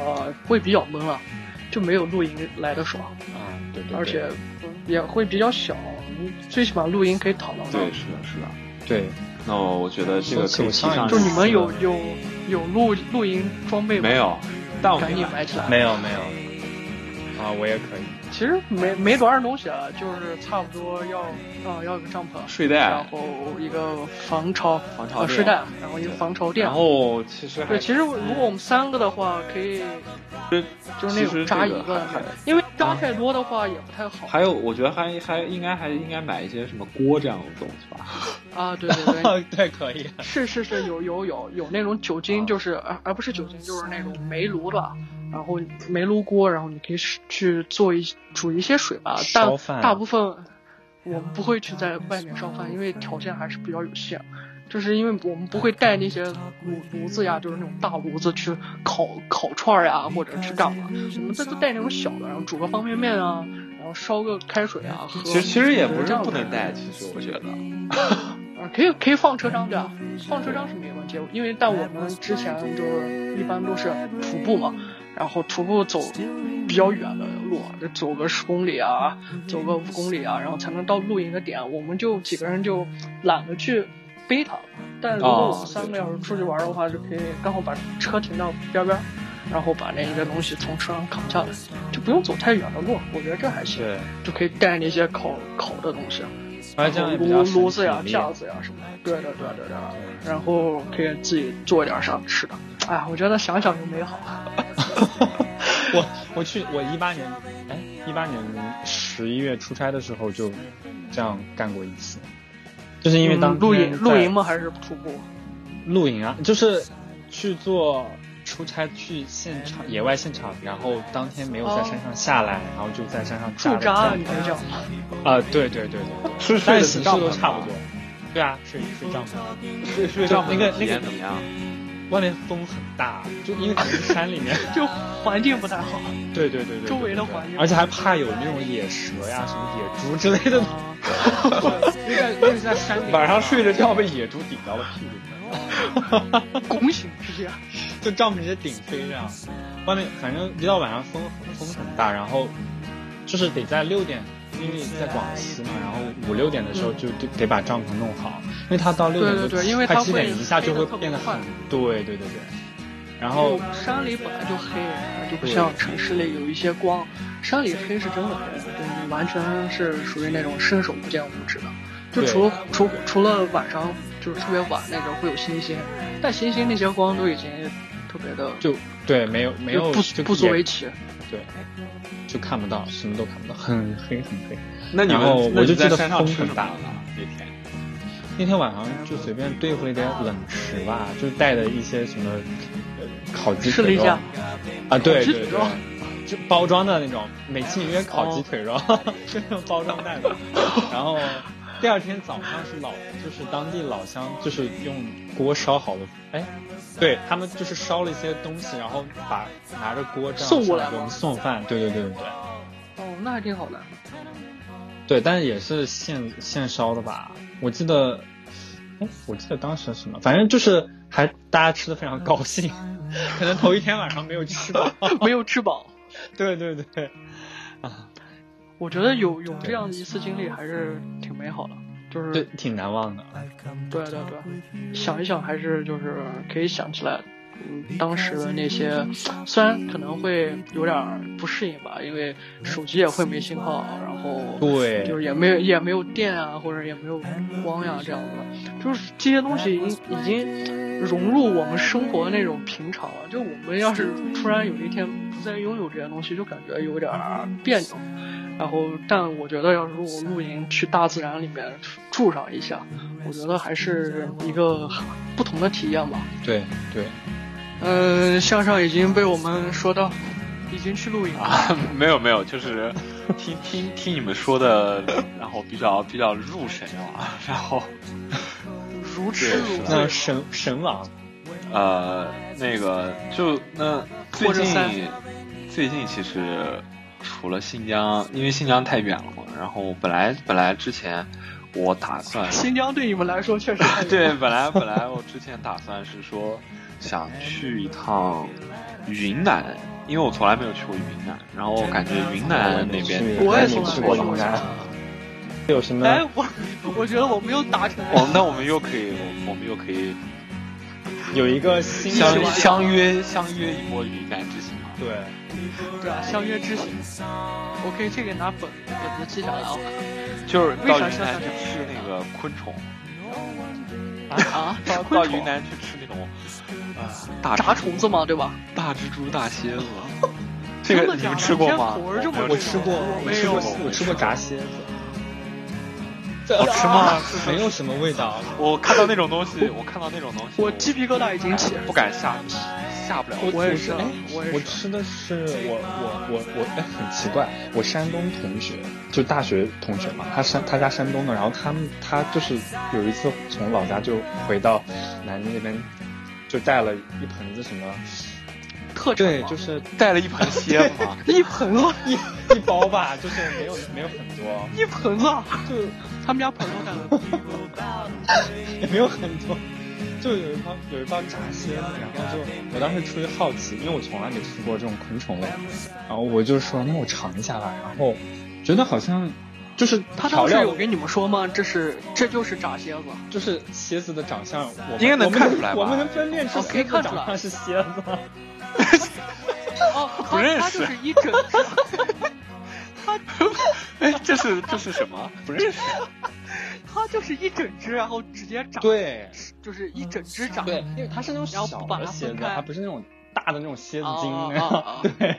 Speaker 3: 会比较闷啊，就没有露营来的爽，
Speaker 4: 啊，对对对，
Speaker 3: 而且也会比较小。你最起码露营可以躺到那
Speaker 2: 对
Speaker 3: 儿，
Speaker 2: 是的是的。
Speaker 4: 对
Speaker 2: 那我觉得这个可以提上
Speaker 4: 对
Speaker 2: 日
Speaker 3: 就
Speaker 2: 程
Speaker 3: 你们有有有露露营装备吗
Speaker 2: 没？有？但我
Speaker 3: 赶紧
Speaker 2: 们
Speaker 3: 买起来。
Speaker 4: 没有没有啊，我也可以。
Speaker 3: 其实没没多少东西啊，就是差不多要啊、要一个帐篷，
Speaker 2: 睡袋
Speaker 4: 哦
Speaker 3: 然，后一个防潮
Speaker 2: 防潮
Speaker 3: 呃
Speaker 2: 垫
Speaker 3: 睡袋，然后一个防潮垫。
Speaker 2: 哦然后其实还
Speaker 3: 对，其实如果我们三个的话，可以就是那
Speaker 2: 其实
Speaker 3: 种扎一
Speaker 2: 这个
Speaker 3: 个
Speaker 2: 还，
Speaker 3: 因为扎太多的话也不太好。
Speaker 2: 还有，我觉得还还应该还应该买一些什么锅这样的东西吧。
Speaker 3: 啊，对
Speaker 2: (laughs)
Speaker 3: 对对，
Speaker 4: (laughs) 对，可以。
Speaker 2: 嗯
Speaker 3: 是是是，有有有有那种酒
Speaker 2: 哦
Speaker 3: 精，就是而而不是酒精，就是那种煤炉的，然后煤炉锅，然后你可以是去做一煮一些水吧，
Speaker 4: 烧
Speaker 3: 但
Speaker 4: 饭
Speaker 3: 大部分我们不会去在外面烧饭，因为条件还是比较有限。就是因为我们不会带那些炉炉子呀，就是那种大炉子去烤烤串儿呀，或者去干嘛。我们这都带那种小的，然后煮个方便面啊，然后烧个开水啊，喝。
Speaker 2: 其实其实也不
Speaker 3: 这
Speaker 2: 是
Speaker 3: 样
Speaker 2: 不
Speaker 3: 子
Speaker 2: 能带，其实我觉得。
Speaker 3: 啊，可以可以放车上对啊，放车上是没问题，因为但我们之前就是一般都是徒步嘛，然后徒步走比较远的路，就走个十公里啊，走个五公里啊，然后才能到露营的点。我们就几个人就懒得去背它，但如果我们三个要是出去玩的话，就可以刚好把车停到边边儿，然后把那一个东西从车上扛下来，就不用走太远的路，我觉得这还行，
Speaker 4: 对，
Speaker 3: 就可以带那些烤烤的东西。啊
Speaker 4: 然后这样也比较
Speaker 3: 炉
Speaker 4: 省
Speaker 3: 炉子呀、
Speaker 4: 体力
Speaker 3: 架子呀什么的，对对对对对，然后可以自己做点啥吃的。哎，我觉得想想就美好。
Speaker 4: 我我去我一八年，哎，一八年十一月出差的时候就这样干过一次，就是因为当
Speaker 3: 嗯露营
Speaker 4: 天
Speaker 3: 露
Speaker 4: 在
Speaker 3: 营吗？还是徒步？
Speaker 4: 露营啊，就是去做出差去现场野外现场，然后当天没有在山上下来，然后就在山上
Speaker 3: 驻扎
Speaker 4: 了
Speaker 3: 啊，你可以这样。
Speaker 4: 帐篷啊，对对对对对，
Speaker 2: 是睡
Speaker 4: 但是
Speaker 2: 的
Speaker 4: 形式
Speaker 2: 帐
Speaker 4: 都
Speaker 2: 篷
Speaker 4: 差不
Speaker 2: 吗
Speaker 4: 多。对啊，睡睡帐篷，
Speaker 2: 睡睡
Speaker 4: 就
Speaker 2: 帐篷
Speaker 4: 那个
Speaker 2: 的
Speaker 4: 那
Speaker 2: 体
Speaker 4: 个
Speaker 2: 验怎么样？
Speaker 4: 外面风很大，就因为可能是山
Speaker 2: (laughs)
Speaker 4: 里面，
Speaker 3: 就环境不太好，
Speaker 4: 对对对对对，
Speaker 3: 周围的
Speaker 4: 对
Speaker 3: 环境
Speaker 4: 而且还怕有那种野蛇呀、什么野猪之类的，因为在因为在山里，
Speaker 2: 晚上睡
Speaker 3: (laughs)
Speaker 2: 着觉被野猪顶到了屁股。
Speaker 3: 拱形直接。
Speaker 4: 就帐篷直接顶飞这样。外面反正一到晚上风风很大，然后就是得在六点，因为在广西嘛，然后五六点的时候就得得把帐篷弄好，因为它到六点就
Speaker 3: 对对对因为
Speaker 4: 它
Speaker 3: 它
Speaker 4: 七点
Speaker 3: 会
Speaker 4: 一下就
Speaker 3: 飞
Speaker 4: 会
Speaker 3: 得特别
Speaker 4: 变得很
Speaker 3: 快
Speaker 4: 对对对对，然后
Speaker 3: 山里本来就黑，就不像城市里有一些光，山里黑是真的黑，就你完全是属于那种伸手不见五指的。就
Speaker 4: 对
Speaker 3: 除除除了晚上，就就是特别晚那种会有星星，但星星那些光都已经特别的
Speaker 4: 就对，没有没有
Speaker 3: 不
Speaker 4: 就
Speaker 3: 不足
Speaker 4: 也
Speaker 3: 为奇。
Speaker 4: 对，就看不到，什么都看不到，很黑很黑。
Speaker 2: 那你
Speaker 4: 然
Speaker 2: 们
Speaker 4: 后
Speaker 2: 那
Speaker 4: 我
Speaker 2: 你
Speaker 4: 就
Speaker 2: 在
Speaker 4: 记得
Speaker 2: 山上
Speaker 4: 风
Speaker 2: 吃
Speaker 4: 很
Speaker 2: 什么
Speaker 4: 大
Speaker 2: 了那天？
Speaker 4: 那天晚上就随便对付了一点冷食吧，就带的一些什么呃烤鸡
Speaker 3: 吃了
Speaker 4: 腿
Speaker 3: 一
Speaker 4: 肉
Speaker 3: 下烤
Speaker 4: 啊，对
Speaker 3: 鸡
Speaker 4: 对
Speaker 3: 腿
Speaker 4: 对
Speaker 3: 肉，哦
Speaker 4: 就包装的那种美其名曰烤鸡腿肉， (laughs) 就那种包装袋
Speaker 3: (laughs)
Speaker 4: 的。然后第二天早上是老，就是当地老乡，就是用锅烧好的，哎，对他们就是烧了一些东西，然后把拿着锅这样
Speaker 3: 送过
Speaker 4: 上
Speaker 3: 来
Speaker 4: 来给我们送饭，对对对对对。
Speaker 3: 哦，那还挺好的。 (laughs)
Speaker 4: 对，但是也是现现烧的吧？我记得，哎，我记得当时什么，反正就是还大家吃的非常高兴， (laughs) 可能头一天晚上没有吃饱。
Speaker 3: 没有吃饱，
Speaker 4: (laughs) 对对对，啊，
Speaker 3: 我觉得有有这样的一次经历还是挺美好的，就
Speaker 4: 对，
Speaker 3: 是
Speaker 4: 挺难忘的。
Speaker 3: 对对对，想一想还是就是可以想起来，嗯，当时的那些，虽然可能会有点儿不适应吧，因为手机也会没信号，然后
Speaker 4: 对，
Speaker 3: 就是也没有也没有电啊，或者也没有光呀、这样子，就是这些东西已经已经融入我们生活的那种平常了。就我们要是突然有一天不再拥有这些东西，就感觉有点儿别扭。然后，但我觉得，要是我露营去大自然里面住上一下，我觉得还是一个不同的体验吧。
Speaker 4: 对对
Speaker 3: 嗯，向上已经被我们说到，已经去露营了。
Speaker 2: 啊，没有没有，就是听听听你们说的，然后比较比较入神啊，然后
Speaker 3: 如痴如
Speaker 4: 那
Speaker 3: 醉，
Speaker 4: 神神往
Speaker 2: 呃那个就那最
Speaker 3: 或者三
Speaker 2: 近最近其实除了新疆，因为新疆太远了嘛，然后本来本来之前我打算
Speaker 3: 新疆对你们来说确实太
Speaker 2: (laughs)
Speaker 3: 远
Speaker 2: 对，本来本来我之前打算是说想去一趟云南，因为我从来没有去过云南，然后我感觉云南那边
Speaker 4: 去
Speaker 3: 我也从来
Speaker 4: 去
Speaker 3: 没
Speaker 4: 过
Speaker 3: 去
Speaker 4: 云
Speaker 3: 过
Speaker 4: 南，有什么？
Speaker 3: 哎，我我觉得我没有达成。
Speaker 2: 我们哦那我们又可以，我我们又可以
Speaker 4: 有一个新
Speaker 2: 相
Speaker 4: 的
Speaker 2: 相约相约一波云南之行嘛。
Speaker 4: 对，
Speaker 3: 对啊，相约之行。我可以这个拿本本子记下来啊。
Speaker 2: 就是到
Speaker 3: 为啥
Speaker 2: 云南
Speaker 3: 像
Speaker 2: 去
Speaker 3: 像
Speaker 2: 吃那个昆虫，
Speaker 3: 啊，
Speaker 2: 到
Speaker 3: 昆
Speaker 2: 到
Speaker 3: 虫
Speaker 2: 云南去吃那种呃大
Speaker 3: 炸
Speaker 2: 蜘
Speaker 3: 虫子嘛，对吧？
Speaker 2: 大蜘蛛、大蝎
Speaker 3: (laughs)
Speaker 2: 子。这
Speaker 3: 真的
Speaker 2: 个你
Speaker 3: 假
Speaker 2: 们
Speaker 3: 的
Speaker 2: 吃过吗？
Speaker 3: 你先
Speaker 2: 我
Speaker 3: 活着
Speaker 2: 没有
Speaker 3: 吗
Speaker 4: 我
Speaker 3: 这
Speaker 4: 吃
Speaker 3: 个
Speaker 4: 过，
Speaker 3: 我
Speaker 4: 我
Speaker 3: 没
Speaker 4: 吃
Speaker 3: 有哦
Speaker 4: 过，我吃过炸蝎子，
Speaker 2: 好吃吗？
Speaker 4: 没有什么味道。
Speaker 2: 我看到那种东西，我看到那种东西，
Speaker 3: 我鸡皮疙瘩已经起。
Speaker 2: 不敢下下不了。
Speaker 3: 我也是
Speaker 4: 哎，
Speaker 3: 我也
Speaker 4: 我
Speaker 3: 是
Speaker 4: 吃的是我我我我哎，很奇怪，我山东同学就大学同学嘛，他山他家山东的，然后他们他就是有一次从老家就回到南京那边，就带了一盆子什么，
Speaker 3: 特产
Speaker 4: 对，
Speaker 3: 嘛
Speaker 4: 就是
Speaker 2: 带了一盆蝎子嘛，
Speaker 3: 一盆子，
Speaker 4: 一一包吧，就是没有没有很多，
Speaker 3: 一盆子，就他们家盆都干了。
Speaker 4: 也没有很多，就有一包有一包炸蝎子，然后就我当时出于好奇，因为我从来没吃过这种昆虫类，然后我就说那我尝一下吧，然后觉得好像就是
Speaker 3: 他
Speaker 4: 调
Speaker 3: 当时
Speaker 4: 料
Speaker 3: 有跟你们说吗？这是这就是炸蝎子，
Speaker 4: (laughs) 就是蝎子的长相，我们
Speaker 2: 应该能
Speaker 4: 我们
Speaker 2: 看出来吧
Speaker 4: 我们能分辨出
Speaker 3: 哦可以
Speaker 4: 蝎子
Speaker 3: 看出来
Speaker 4: 长相是蝎子吗，
Speaker 3: 哦，
Speaker 2: 不认识
Speaker 3: 他他就是一整 (laughs) 只，
Speaker 2: (laughs) 哎，这是这是什 (laughs) 么？不认识。
Speaker 3: 他就是一整只，然后直接炸，
Speaker 4: 对
Speaker 3: 就是一整只炸。
Speaker 4: 对，因为它是那种
Speaker 3: 然后
Speaker 4: 小
Speaker 3: 把它
Speaker 4: 的蝎
Speaker 3: 分
Speaker 4: 子，
Speaker 3: 开
Speaker 4: 它不是那种大的那种蝎子精
Speaker 3: 哦，
Speaker 4: 然
Speaker 3: 哦
Speaker 4: 后
Speaker 3: 哦
Speaker 4: (laughs) 对。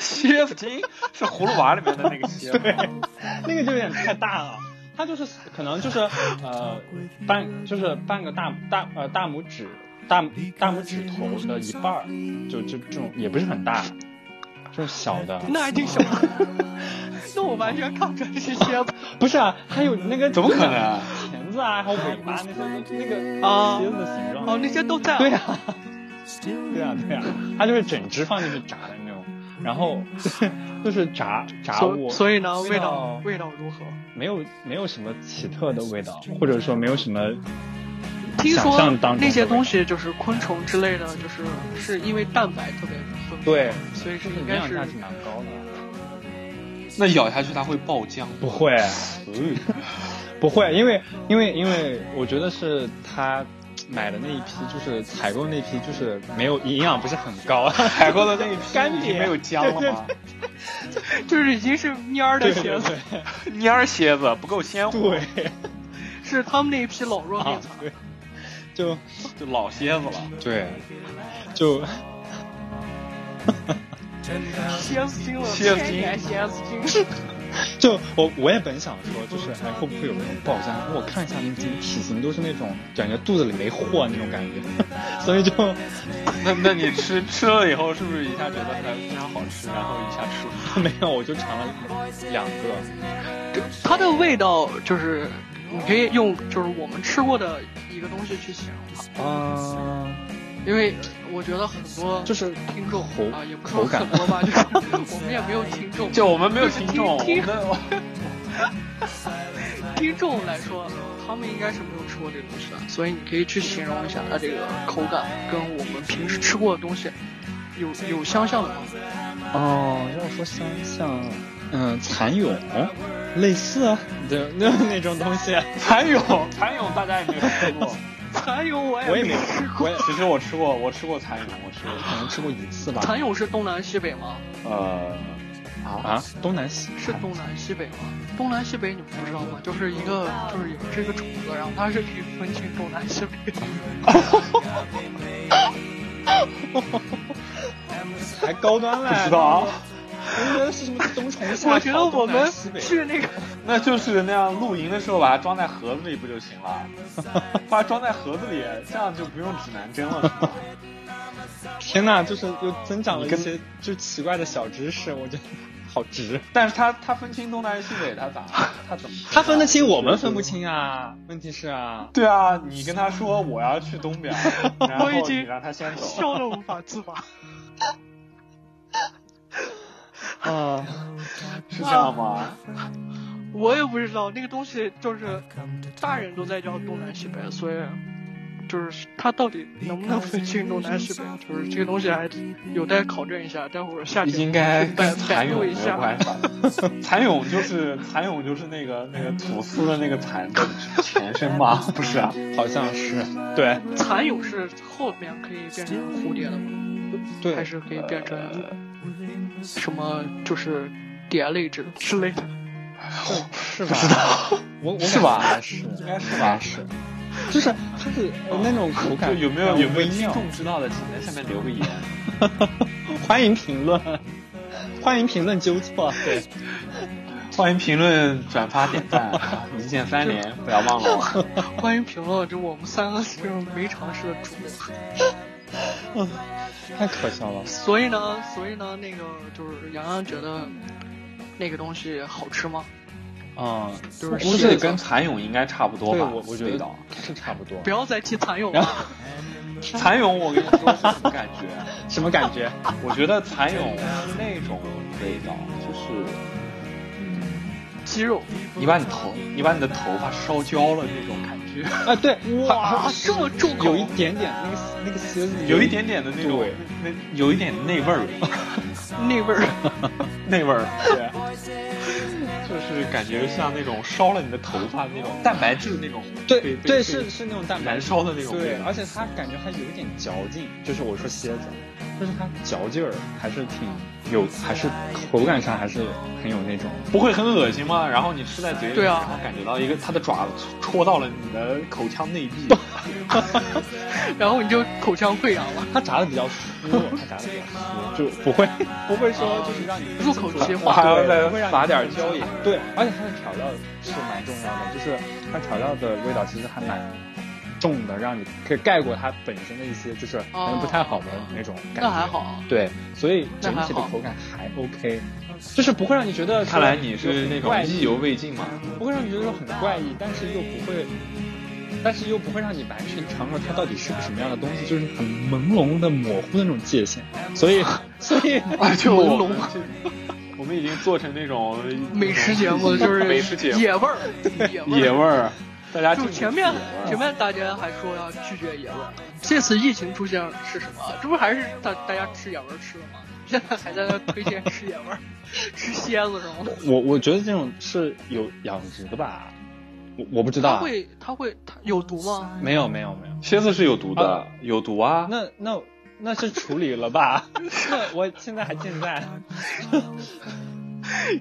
Speaker 2: 蝎子精是葫芦娃里面的那个蝎子。
Speaker 4: 对，那个就有点太大了。它就是可能就是呃半就是半个大大呃大拇指大大拇指头的一半儿，就就这种也不是很大，就是
Speaker 2: (laughs)
Speaker 4: 小的。
Speaker 3: (laughs) 那还挺 (laughs) 小的， (laughs) 那我完全看不出来
Speaker 4: (laughs)
Speaker 3: 是蝎子
Speaker 4: 不是啊，还有那个
Speaker 2: 怎么可能啊
Speaker 4: (laughs) 钳子啊，还有尾巴那些都那个
Speaker 3: 啊
Speaker 4: 蝎子的形状。
Speaker 3: 哦，那些都在。
Speaker 4: 对呀、啊，对呀、啊，对呀、啊，它就是整只放进去炸的那种，然后就是炸炸
Speaker 3: 所
Speaker 4: 我，
Speaker 3: 所以呢，味
Speaker 4: 味
Speaker 3: 道
Speaker 4: 道
Speaker 3: 味道如何？
Speaker 4: 没有没有什么奇特的味道，或者说没有什么
Speaker 3: 听
Speaker 4: 想
Speaker 3: 说
Speaker 4: 象当中的
Speaker 3: 那些
Speaker 4: 味道
Speaker 3: 东西就是昆虫之类的，就是是因为蛋白特别丰富，
Speaker 4: 对，
Speaker 3: 所以是应
Speaker 4: 营
Speaker 3: 该
Speaker 4: 养
Speaker 3: 是
Speaker 4: 价值蛮高的。
Speaker 2: 那咬下去它会爆 (laughs) 浆。
Speaker 4: 不会，不会，因为因为因为我觉得是他买的那一批，就是采购那一批，就是没有营养不是很高，
Speaker 2: 采购的那一批
Speaker 4: 干
Speaker 2: 已经
Speaker 4: 瘪
Speaker 2: 没有浆了吗？
Speaker 3: (laughs) 就是已经是蔫儿的
Speaker 4: 对
Speaker 3: 蝎
Speaker 4: 对 (laughs)
Speaker 3: 子，
Speaker 4: 对
Speaker 2: 蔫儿蝎子不够鲜活。
Speaker 4: 对，
Speaker 3: 是他们那一批老弱
Speaker 4: 啊
Speaker 3: 病残，，
Speaker 4: 对，就
Speaker 2: 就老蝎子了。
Speaker 4: 对，就啊
Speaker 3: 蝎子精了，
Speaker 2: 蝎子精
Speaker 3: 天然蝎子精。
Speaker 4: 就我我也本想说，就是哎会不会有那种爆炸？因为我看一下你自己体型都是那种感觉肚子里没货那种感觉，所以就 (laughs)
Speaker 2: 那那你吃吃了以后，是不是一下觉得它非常好吃，然后一下吃不
Speaker 4: 没有，我就尝了两个，
Speaker 3: 它的味道就是，你可以用就是我们吃过的一个东西去形容它，
Speaker 4: 啊、
Speaker 3: 因为我觉得很多
Speaker 4: 就是
Speaker 3: 听众
Speaker 4: 口
Speaker 3: 啊，也不是
Speaker 4: 口感
Speaker 3: 很多吧，就是我们也没有听众，
Speaker 2: (laughs) 就我们没有 (laughs) 听众，我
Speaker 3: 就是听
Speaker 2: 们的
Speaker 3: 听众来说，他们应该是没有吃过这个东西的，所以你可以去形容一下它这个口感跟我们平时吃过的东西有有相像的吗？
Speaker 4: 哦，要说相像，嗯，蚕蛹类似啊，对，那那种东西，啊
Speaker 2: 蚕蛹，蚕蛹大家也没有吃过。
Speaker 3: 蚕蛹我
Speaker 4: 我
Speaker 3: 也
Speaker 4: 也没有
Speaker 3: 吃过，
Speaker 4: 我也
Speaker 2: 其实我吃过，我吃过蚕蛹，我吃
Speaker 4: 可能吃过一次吧。
Speaker 3: 蚕蛹是东南西北吗？
Speaker 2: 过呃啊
Speaker 4: 啊，东南西
Speaker 3: 是东南西北吗？东南西北你们不知道吗？就是一个就是有这个种子，然后它是可以分清东南西北的。
Speaker 4: 还高端嘞，
Speaker 2: 不知道啊，
Speaker 4: 我觉得是什么冬虫夏草，
Speaker 3: (laughs) 我觉得我
Speaker 4: 东
Speaker 3: 们
Speaker 4: 南西北
Speaker 3: 去 (laughs) 那个
Speaker 2: 那就是那样露营的时候把它装在盒子里不就行了？把它装在盒子里，这样就不用指南针了。是吧
Speaker 4: 天呐，就是又增长了
Speaker 2: 你
Speaker 4: 一
Speaker 2: 跟
Speaker 4: 些就奇怪的小知识，我觉得好值。
Speaker 2: 但是它它分清东南西北，它咋它怎么知道？
Speaker 4: 他分得清，我们分不清啊。问题是啊，
Speaker 2: 对啊，你跟他说我要去东
Speaker 4: (laughs)
Speaker 2: 边，然后
Speaker 3: 我已
Speaker 2: 你
Speaker 3: 经
Speaker 2: 让他先走。
Speaker 3: 笑得无法自拔。
Speaker 4: 啊，
Speaker 2: 是这
Speaker 3: 啊
Speaker 2: 样吗？
Speaker 3: 我也不知道 (laughs) 那个东西就是大人都在叫东南西北，所以就是它到底能不能分清东南西北，就是这个东西还有待考证一下。待会儿下去
Speaker 2: 应该
Speaker 3: 去百
Speaker 2: 跟
Speaker 3: 百
Speaker 2: 蚕蛹
Speaker 3: 度一
Speaker 2: 没有
Speaker 3: 下
Speaker 2: 关。系吧？蚕蛹就是蚕蛹就是那个那个吐丝的那个蚕的前身
Speaker 4: (laughs)
Speaker 2: 吧？不是啊？
Speaker 4: 好像是对
Speaker 3: 蚕蛹是后面可以变成蝴蝶的吗？ (laughs)
Speaker 4: 对，
Speaker 3: 还是可以变成什么就是蝶类之之类的？
Speaker 4: 是吧？不知道，我我
Speaker 2: 是吧
Speaker 4: 感觉还是
Speaker 2: 应该是
Speaker 4: 应该
Speaker 2: 吧？
Speaker 4: 是，就是它是那种口
Speaker 2: 就
Speaker 4: 感，
Speaker 2: 有没有有没有
Speaker 4: 微
Speaker 2: 听
Speaker 4: 妙？
Speaker 2: 众知道的，请在下面留个言。
Speaker 4: 欢迎评论，欢迎评论纠错。对，
Speaker 2: 欢迎评论、转发、点赞，啊
Speaker 4: (laughs)
Speaker 2: 一键三连，不要忘了我。
Speaker 3: 欢迎评论，这我们三个这种没常识的主播。
Speaker 4: 太可笑了。
Speaker 3: 所以呢，所以呢，那个就是洋洋觉得那个东西好吃吗？
Speaker 4: 啊、
Speaker 3: 就是
Speaker 4: 我
Speaker 2: 估
Speaker 4: 估
Speaker 2: 计
Speaker 4: 计
Speaker 2: 跟
Speaker 4: 跟
Speaker 2: 蚕蛹应该差不多
Speaker 4: 对
Speaker 2: 吧？
Speaker 4: 我我觉
Speaker 2: 味
Speaker 4: 得 (laughs)
Speaker 2: 道。
Speaker 4: 是差不多
Speaker 3: 不。要再提蚕蛹
Speaker 2: 然
Speaker 3: 了。
Speaker 2: 后蚕蛹，我跟你说是什么感觉？啊
Speaker 4: 什么感觉？
Speaker 2: 我觉得蚕蛹是那种味道，就是
Speaker 3: 鸡肉，
Speaker 2: 你把你头，你把你的头发烧焦了那种感
Speaker 4: (laughs)
Speaker 2: 觉，
Speaker 4: 啊，对，
Speaker 3: 哇
Speaker 4: 它，
Speaker 3: 这么重口
Speaker 4: 有一点点那个那个蝎子，
Speaker 2: 有一点点的那种
Speaker 4: 对，
Speaker 2: 那有一点内
Speaker 4: (laughs)
Speaker 2: 味儿，
Speaker 3: 那味儿， (laughs)
Speaker 2: 内味儿，对，
Speaker 4: (laughs)
Speaker 2: 就是感觉像那种烧了你的头发那种蛋白质那种，
Speaker 4: 对
Speaker 2: 被
Speaker 4: 对是是那种蛋白
Speaker 2: 燃
Speaker 4: 质
Speaker 2: 烧的那种味
Speaker 4: 对，
Speaker 2: 道
Speaker 4: 而且它感觉还有一点嚼劲，就是我说蝎子，就是它嚼劲儿还是挺有，还是口感上还是很有那种。
Speaker 2: 不会很恶心吗？然后你吃在嘴里，
Speaker 3: 对啊
Speaker 2: 然后感觉到一个它的爪子戳到了你的口腔内壁，
Speaker 3: 然后你就口腔溃疡了，
Speaker 4: 它炸的比 (laughs) 较酥，它炸的比较酥，就不会不会说就是让你
Speaker 3: 入口即
Speaker 2: 我
Speaker 3: 化。
Speaker 2: 还要
Speaker 4: 对
Speaker 2: 再
Speaker 4: 不会让你
Speaker 2: 撒点椒盐。
Speaker 4: 对，而且它的调料是蛮重要的，就是它调料的味道其实还蛮重的，让你可以盖过它本身的一些就是可能不太好的那种感
Speaker 3: 那
Speaker 4: 觉。
Speaker 3: 还好啊，
Speaker 4: 对，所以
Speaker 3: 那
Speaker 4: 整
Speaker 3: 还
Speaker 4: 体的
Speaker 3: 好
Speaker 4: 口感还 OK，就是不会让你觉得说
Speaker 2: 看来你是那种
Speaker 4: 怪异
Speaker 2: 意犹未尽嘛，
Speaker 4: 不会让你觉得说很怪异，但是又不会，但是又不会让你完全尝到它到底是个什么样的东西，就是很朦胧的、模糊的那种界限。所 (laughs) 以，所以
Speaker 2: (laughs) 而且啊
Speaker 3: 朦
Speaker 2: 我
Speaker 3: 胧
Speaker 2: 们这我们已经做成那种
Speaker 3: 美食
Speaker 2: (laughs)
Speaker 3: 节目就是
Speaker 2: 美食节目
Speaker 3: 野
Speaker 2: (laughs)
Speaker 3: 味儿，野味
Speaker 2: 野
Speaker 3: 儿。
Speaker 2: 味儿，大家
Speaker 3: 就
Speaker 2: 听
Speaker 3: 前面啊前面大家还说要拒绝野味儿，这次疫情出现是什么？这不还是大大家吃野味儿吃了吗？ (laughs) 现在还在那推荐吃野味儿， (laughs) 吃蝎子什么的。
Speaker 4: 我我觉得这种是有养殖的吧，我我不知道
Speaker 3: 它
Speaker 4: 啊，
Speaker 3: 会它会它有毒吗？
Speaker 4: (laughs) 没有没有没有，
Speaker 2: 蝎子是有毒的
Speaker 4: 啊，
Speaker 2: 有毒啊！
Speaker 4: 那那 (laughs) 那是处理了吧？那我现在还健在，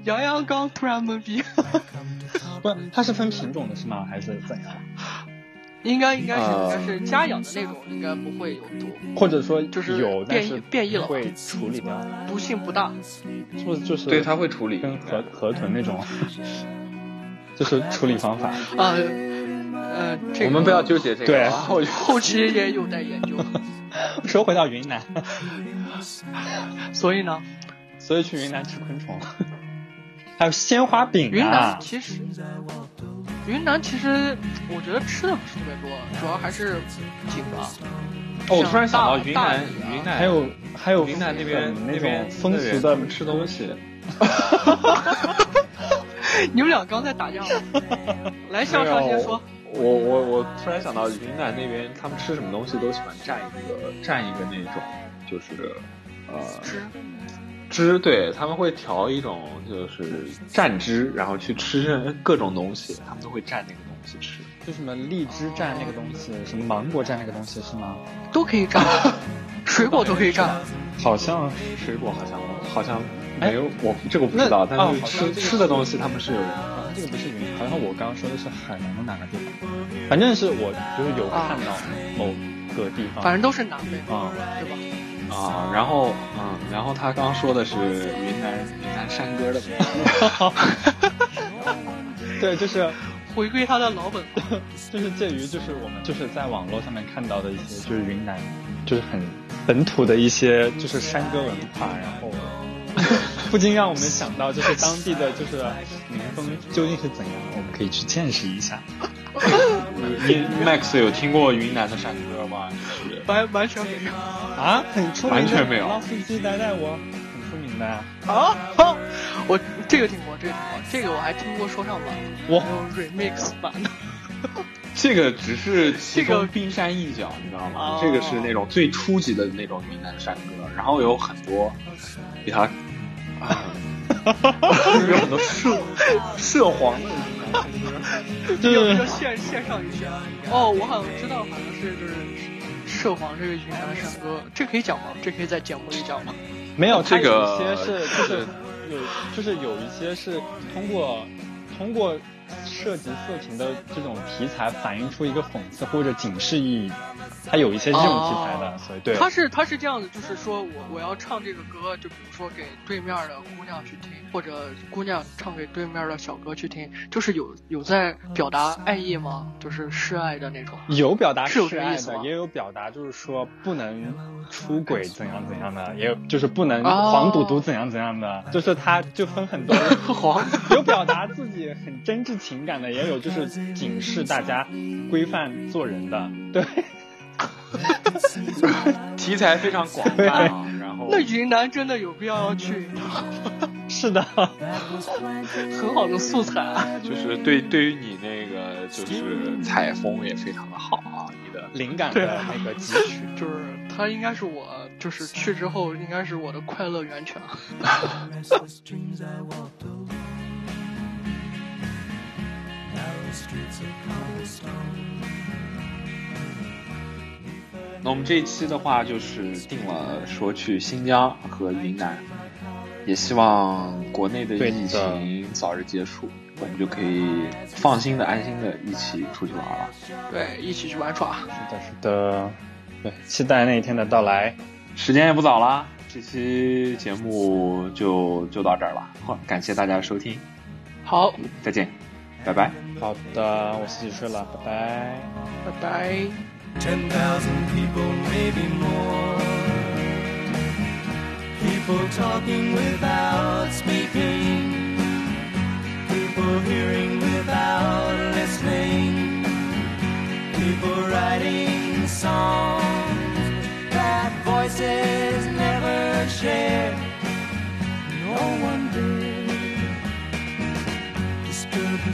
Speaker 3: 杨洋刚突然懵逼，
Speaker 4: 不，它是分品种的是吗？还是怎样？
Speaker 3: 应该应该是应
Speaker 2: 呃
Speaker 3: 该是家养的那种，应该不会有毒，
Speaker 4: 或者说
Speaker 3: 就是
Speaker 4: 有，但
Speaker 3: 变异
Speaker 4: 是
Speaker 3: 变异了
Speaker 4: 会处理掉，
Speaker 3: 毒性不大。
Speaker 4: 是不是就是
Speaker 2: 对，它会处理。
Speaker 4: 跟河河豚那种，就是处理方法。
Speaker 3: 啊，呃，这个、
Speaker 2: 我们不要纠结这个。
Speaker 4: 对
Speaker 2: 啊我
Speaker 3: 后期也有待研
Speaker 2: (laughs)
Speaker 3: 究，
Speaker 4: 说回到云南，
Speaker 3: 所以呢，
Speaker 4: 所以去云南吃昆虫，还有鲜花饼
Speaker 3: 云南
Speaker 4: 啊，
Speaker 3: 其实，云南其实我觉得吃的不是特别多，主要还是景
Speaker 2: (laughs)
Speaker 3: 吧。
Speaker 2: 哦，我突然想到
Speaker 3: 像
Speaker 2: 云
Speaker 3: 大
Speaker 2: 南
Speaker 3: 理啊，
Speaker 2: 云南
Speaker 4: 还有还有
Speaker 2: 云南那边
Speaker 4: 很
Speaker 2: 那
Speaker 4: 那
Speaker 2: 边
Speaker 4: 种风俗
Speaker 2: 的
Speaker 4: 的
Speaker 2: 人吃东西。
Speaker 3: 你们俩刚在打
Speaker 2: (laughs)
Speaker 3: 架吗？来，向上先说。
Speaker 2: 我我我突然想到云南那边，他们吃什么东西都喜欢蘸一个蘸一个那种，就是呃
Speaker 3: 吃
Speaker 2: 汁，对他们会调一种就是蘸汁，然后去吃各种东西，他们都会蘸那个东西吃。
Speaker 4: 就什么荔枝蘸那个东西，什么芒果蘸那个东西是吗？
Speaker 3: 都可
Speaker 2: (laughs)
Speaker 3: 以蘸，水果都可以
Speaker 2: 啊
Speaker 3: 蘸。
Speaker 4: 好像
Speaker 2: 水果好像好像
Speaker 4: 哎
Speaker 2: 没有，我这个我不知
Speaker 4: 那
Speaker 2: 道，
Speaker 4: 哦
Speaker 2: 但是
Speaker 4: 好
Speaker 2: 吃、
Speaker 4: 像这个
Speaker 2: 吃的东西他们是有人
Speaker 4: 啊，这个不是云，好像我刚刚说的是海南的哪个地方，反正是我就是有
Speaker 2: 啊
Speaker 4: 看到某个地方，
Speaker 3: 反正都是南非，
Speaker 4: 啊、 (laughs)
Speaker 3: 对吧？
Speaker 2: 啊，然后嗯，然后他刚刚说的是云南云南山歌的，
Speaker 4: (laughs) 对，就是
Speaker 3: 回归它的老本
Speaker 2: (laughs)
Speaker 3: 行。
Speaker 4: 就是介于就是我们就是在网络上面看到的一些就是云南就是很本土的一些就是山歌文化，然后 (laughs) 不禁让我们想到就是当地的就是民风究竟是怎样，我们可以去见识一下。
Speaker 2: 你 Max 有听过云南的山歌吗？就是
Speaker 3: 完完全没有
Speaker 4: 啊，很出名的，
Speaker 2: 完全没有
Speaker 4: 老司机带带我，很出名的 (laughs) 呀。
Speaker 3: 啊！ (laughs) 哈我这个听过，这个听过，这个我还听过说唱版，
Speaker 4: 我
Speaker 3: 还有 remix 版的。
Speaker 2: 这个只是其
Speaker 3: 这个
Speaker 2: 中冰山一角，你知道吗
Speaker 3: 哦？
Speaker 2: 这个是那种最初级的那种云南山歌，然后有很多比
Speaker 3: (laughs)
Speaker 2: 它啊，有很多涉涉黄的云南山歌。
Speaker 4: 嗯
Speaker 3: 要不要线线上一下？哦，我好像知道，好像是就是涉黄这个云南的山歌，这可以讲吗？这可以在节目里讲吗？
Speaker 4: 没有，它
Speaker 2: 这个
Speaker 4: 有一些
Speaker 3: 呃
Speaker 4: 是就是有就是有一些是通过通过涉及色情的这种题材反映出一个讽刺或者警示意义，它有一些这种题材的，
Speaker 3: 哦
Speaker 4: 所以对。
Speaker 3: 他是他是这样的，就是说我我要唱这个歌，就比如说给对面的姑娘去听，或者姑娘唱给对面的小哥去听，就是有有在表达爱意吗？就是示爱的那种。
Speaker 4: 有表达
Speaker 3: 是有
Speaker 4: 示
Speaker 3: 这个
Speaker 4: 爱
Speaker 3: 意思
Speaker 4: 的
Speaker 3: 吗，
Speaker 4: 也有表达就是说不能出轨怎样怎样的，也有就是不能
Speaker 3: 哦
Speaker 4: 黄赌毒怎样怎样的，就是它就分很
Speaker 3: (laughs)
Speaker 4: 多黄，有表达自己很真挚情感的，也有就是警示大家规范做人的，对。
Speaker 2: 题材非常广泛啊，
Speaker 3: (laughs)
Speaker 2: 然后
Speaker 3: 那云南真的有必要去，
Speaker 4: 是的，
Speaker 3: 很 (laughs) 好的素材啊。
Speaker 2: 就是对对于你那个就是采风也非常的好啊，你的
Speaker 4: 灵感
Speaker 3: 对
Speaker 4: 的
Speaker 3: 啊
Speaker 4: 那个汲取。
Speaker 3: 就是它应该是我，就是去之后应该是我的快乐源泉。
Speaker 1: restless dreams I walked alone. Narrow streets of cobblestone.
Speaker 2: 那我们这一期的话，就是定了说去新疆和云南，也希望国内的
Speaker 4: 对
Speaker 2: 疫
Speaker 4: 的
Speaker 2: 情早日结束，我们就可以放心的、安心的一起出去玩了。
Speaker 3: 对，一起去玩耍。
Speaker 4: 是的，是的，对，期待那一天的到来。
Speaker 2: 时间也不早啦，这期节目就就到这儿了，好，感谢大家收听，
Speaker 3: 好，
Speaker 2: 再见，拜拜。
Speaker 4: 好的，我洗洗睡了，拜拜。
Speaker 3: 拜拜。
Speaker 1: Ten thousand people, maybe more. People talking without speaking. People hearing without listening. People writing songs that voices never share. No one did disturb the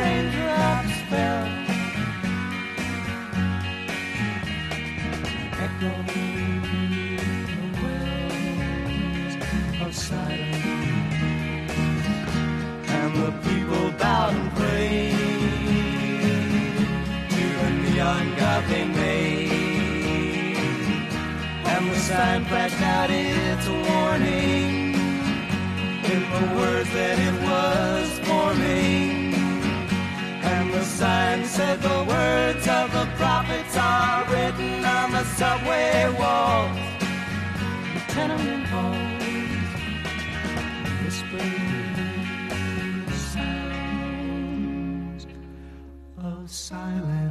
Speaker 1: raindrops, how they made. And the sign flashed out its warning in the words that it was forming. And the sign said the words of the prophets are written on the subway walls, the tenement halls, whispering sounds of silence.